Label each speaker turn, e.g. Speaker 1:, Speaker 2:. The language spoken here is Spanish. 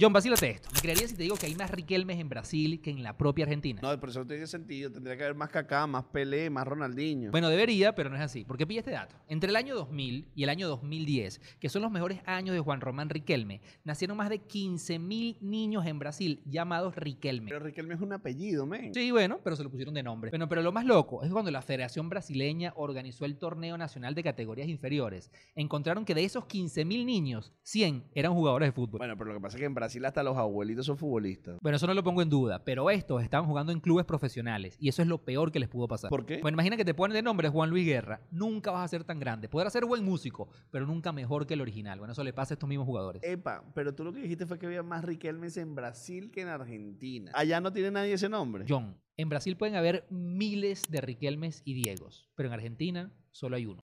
Speaker 1: John, vacílate esto. ¿Me creerías si te digo que hay más Riquelmes en Brasil que en la propia Argentina?
Speaker 2: No, pero eso no tiene sentido. Tendría que haber más Kaká, más Pelé, más Ronaldinho.
Speaker 1: Bueno, debería, pero no es así. ¿Por qué pilla este dato? Entre el año 2000 y el año 2010, que son los mejores años de Juan Román Riquelme, nacieron más de 15.000 niños en Brasil llamados Riquelme.
Speaker 2: Pero Riquelme es un apellido, men.
Speaker 1: Sí, bueno, pero se lo pusieron de nombre. Bueno, pero lo más loco es cuando la Federación Brasileña organizó el torneo nacional de categorías inferiores. Encontraron que de esos 15.000 niños, 100 eran jugadores de fútbol.
Speaker 2: Bueno, pero lo que pasa es que en Brasil hasta los abuelitos son futbolistas.
Speaker 1: Bueno, eso no lo pongo en duda, pero estos estaban jugando en clubes profesionales y eso es lo peor que les pudo pasar.
Speaker 2: ¿Por qué?
Speaker 1: Bueno, imagina que te ponen de nombre Juan Luis Guerra. Nunca vas a ser tan grande. Podrás ser buen músico, pero nunca mejor que el original. Bueno, eso le pasa a estos mismos jugadores.
Speaker 2: Epa, pero tú lo que dijiste fue que había más Riquelmes en Brasil que en Argentina. Allá no tiene nadie ese nombre.
Speaker 1: John, en Brasil pueden haber miles de Riquelmes y Diegos, pero en Argentina solo hay uno.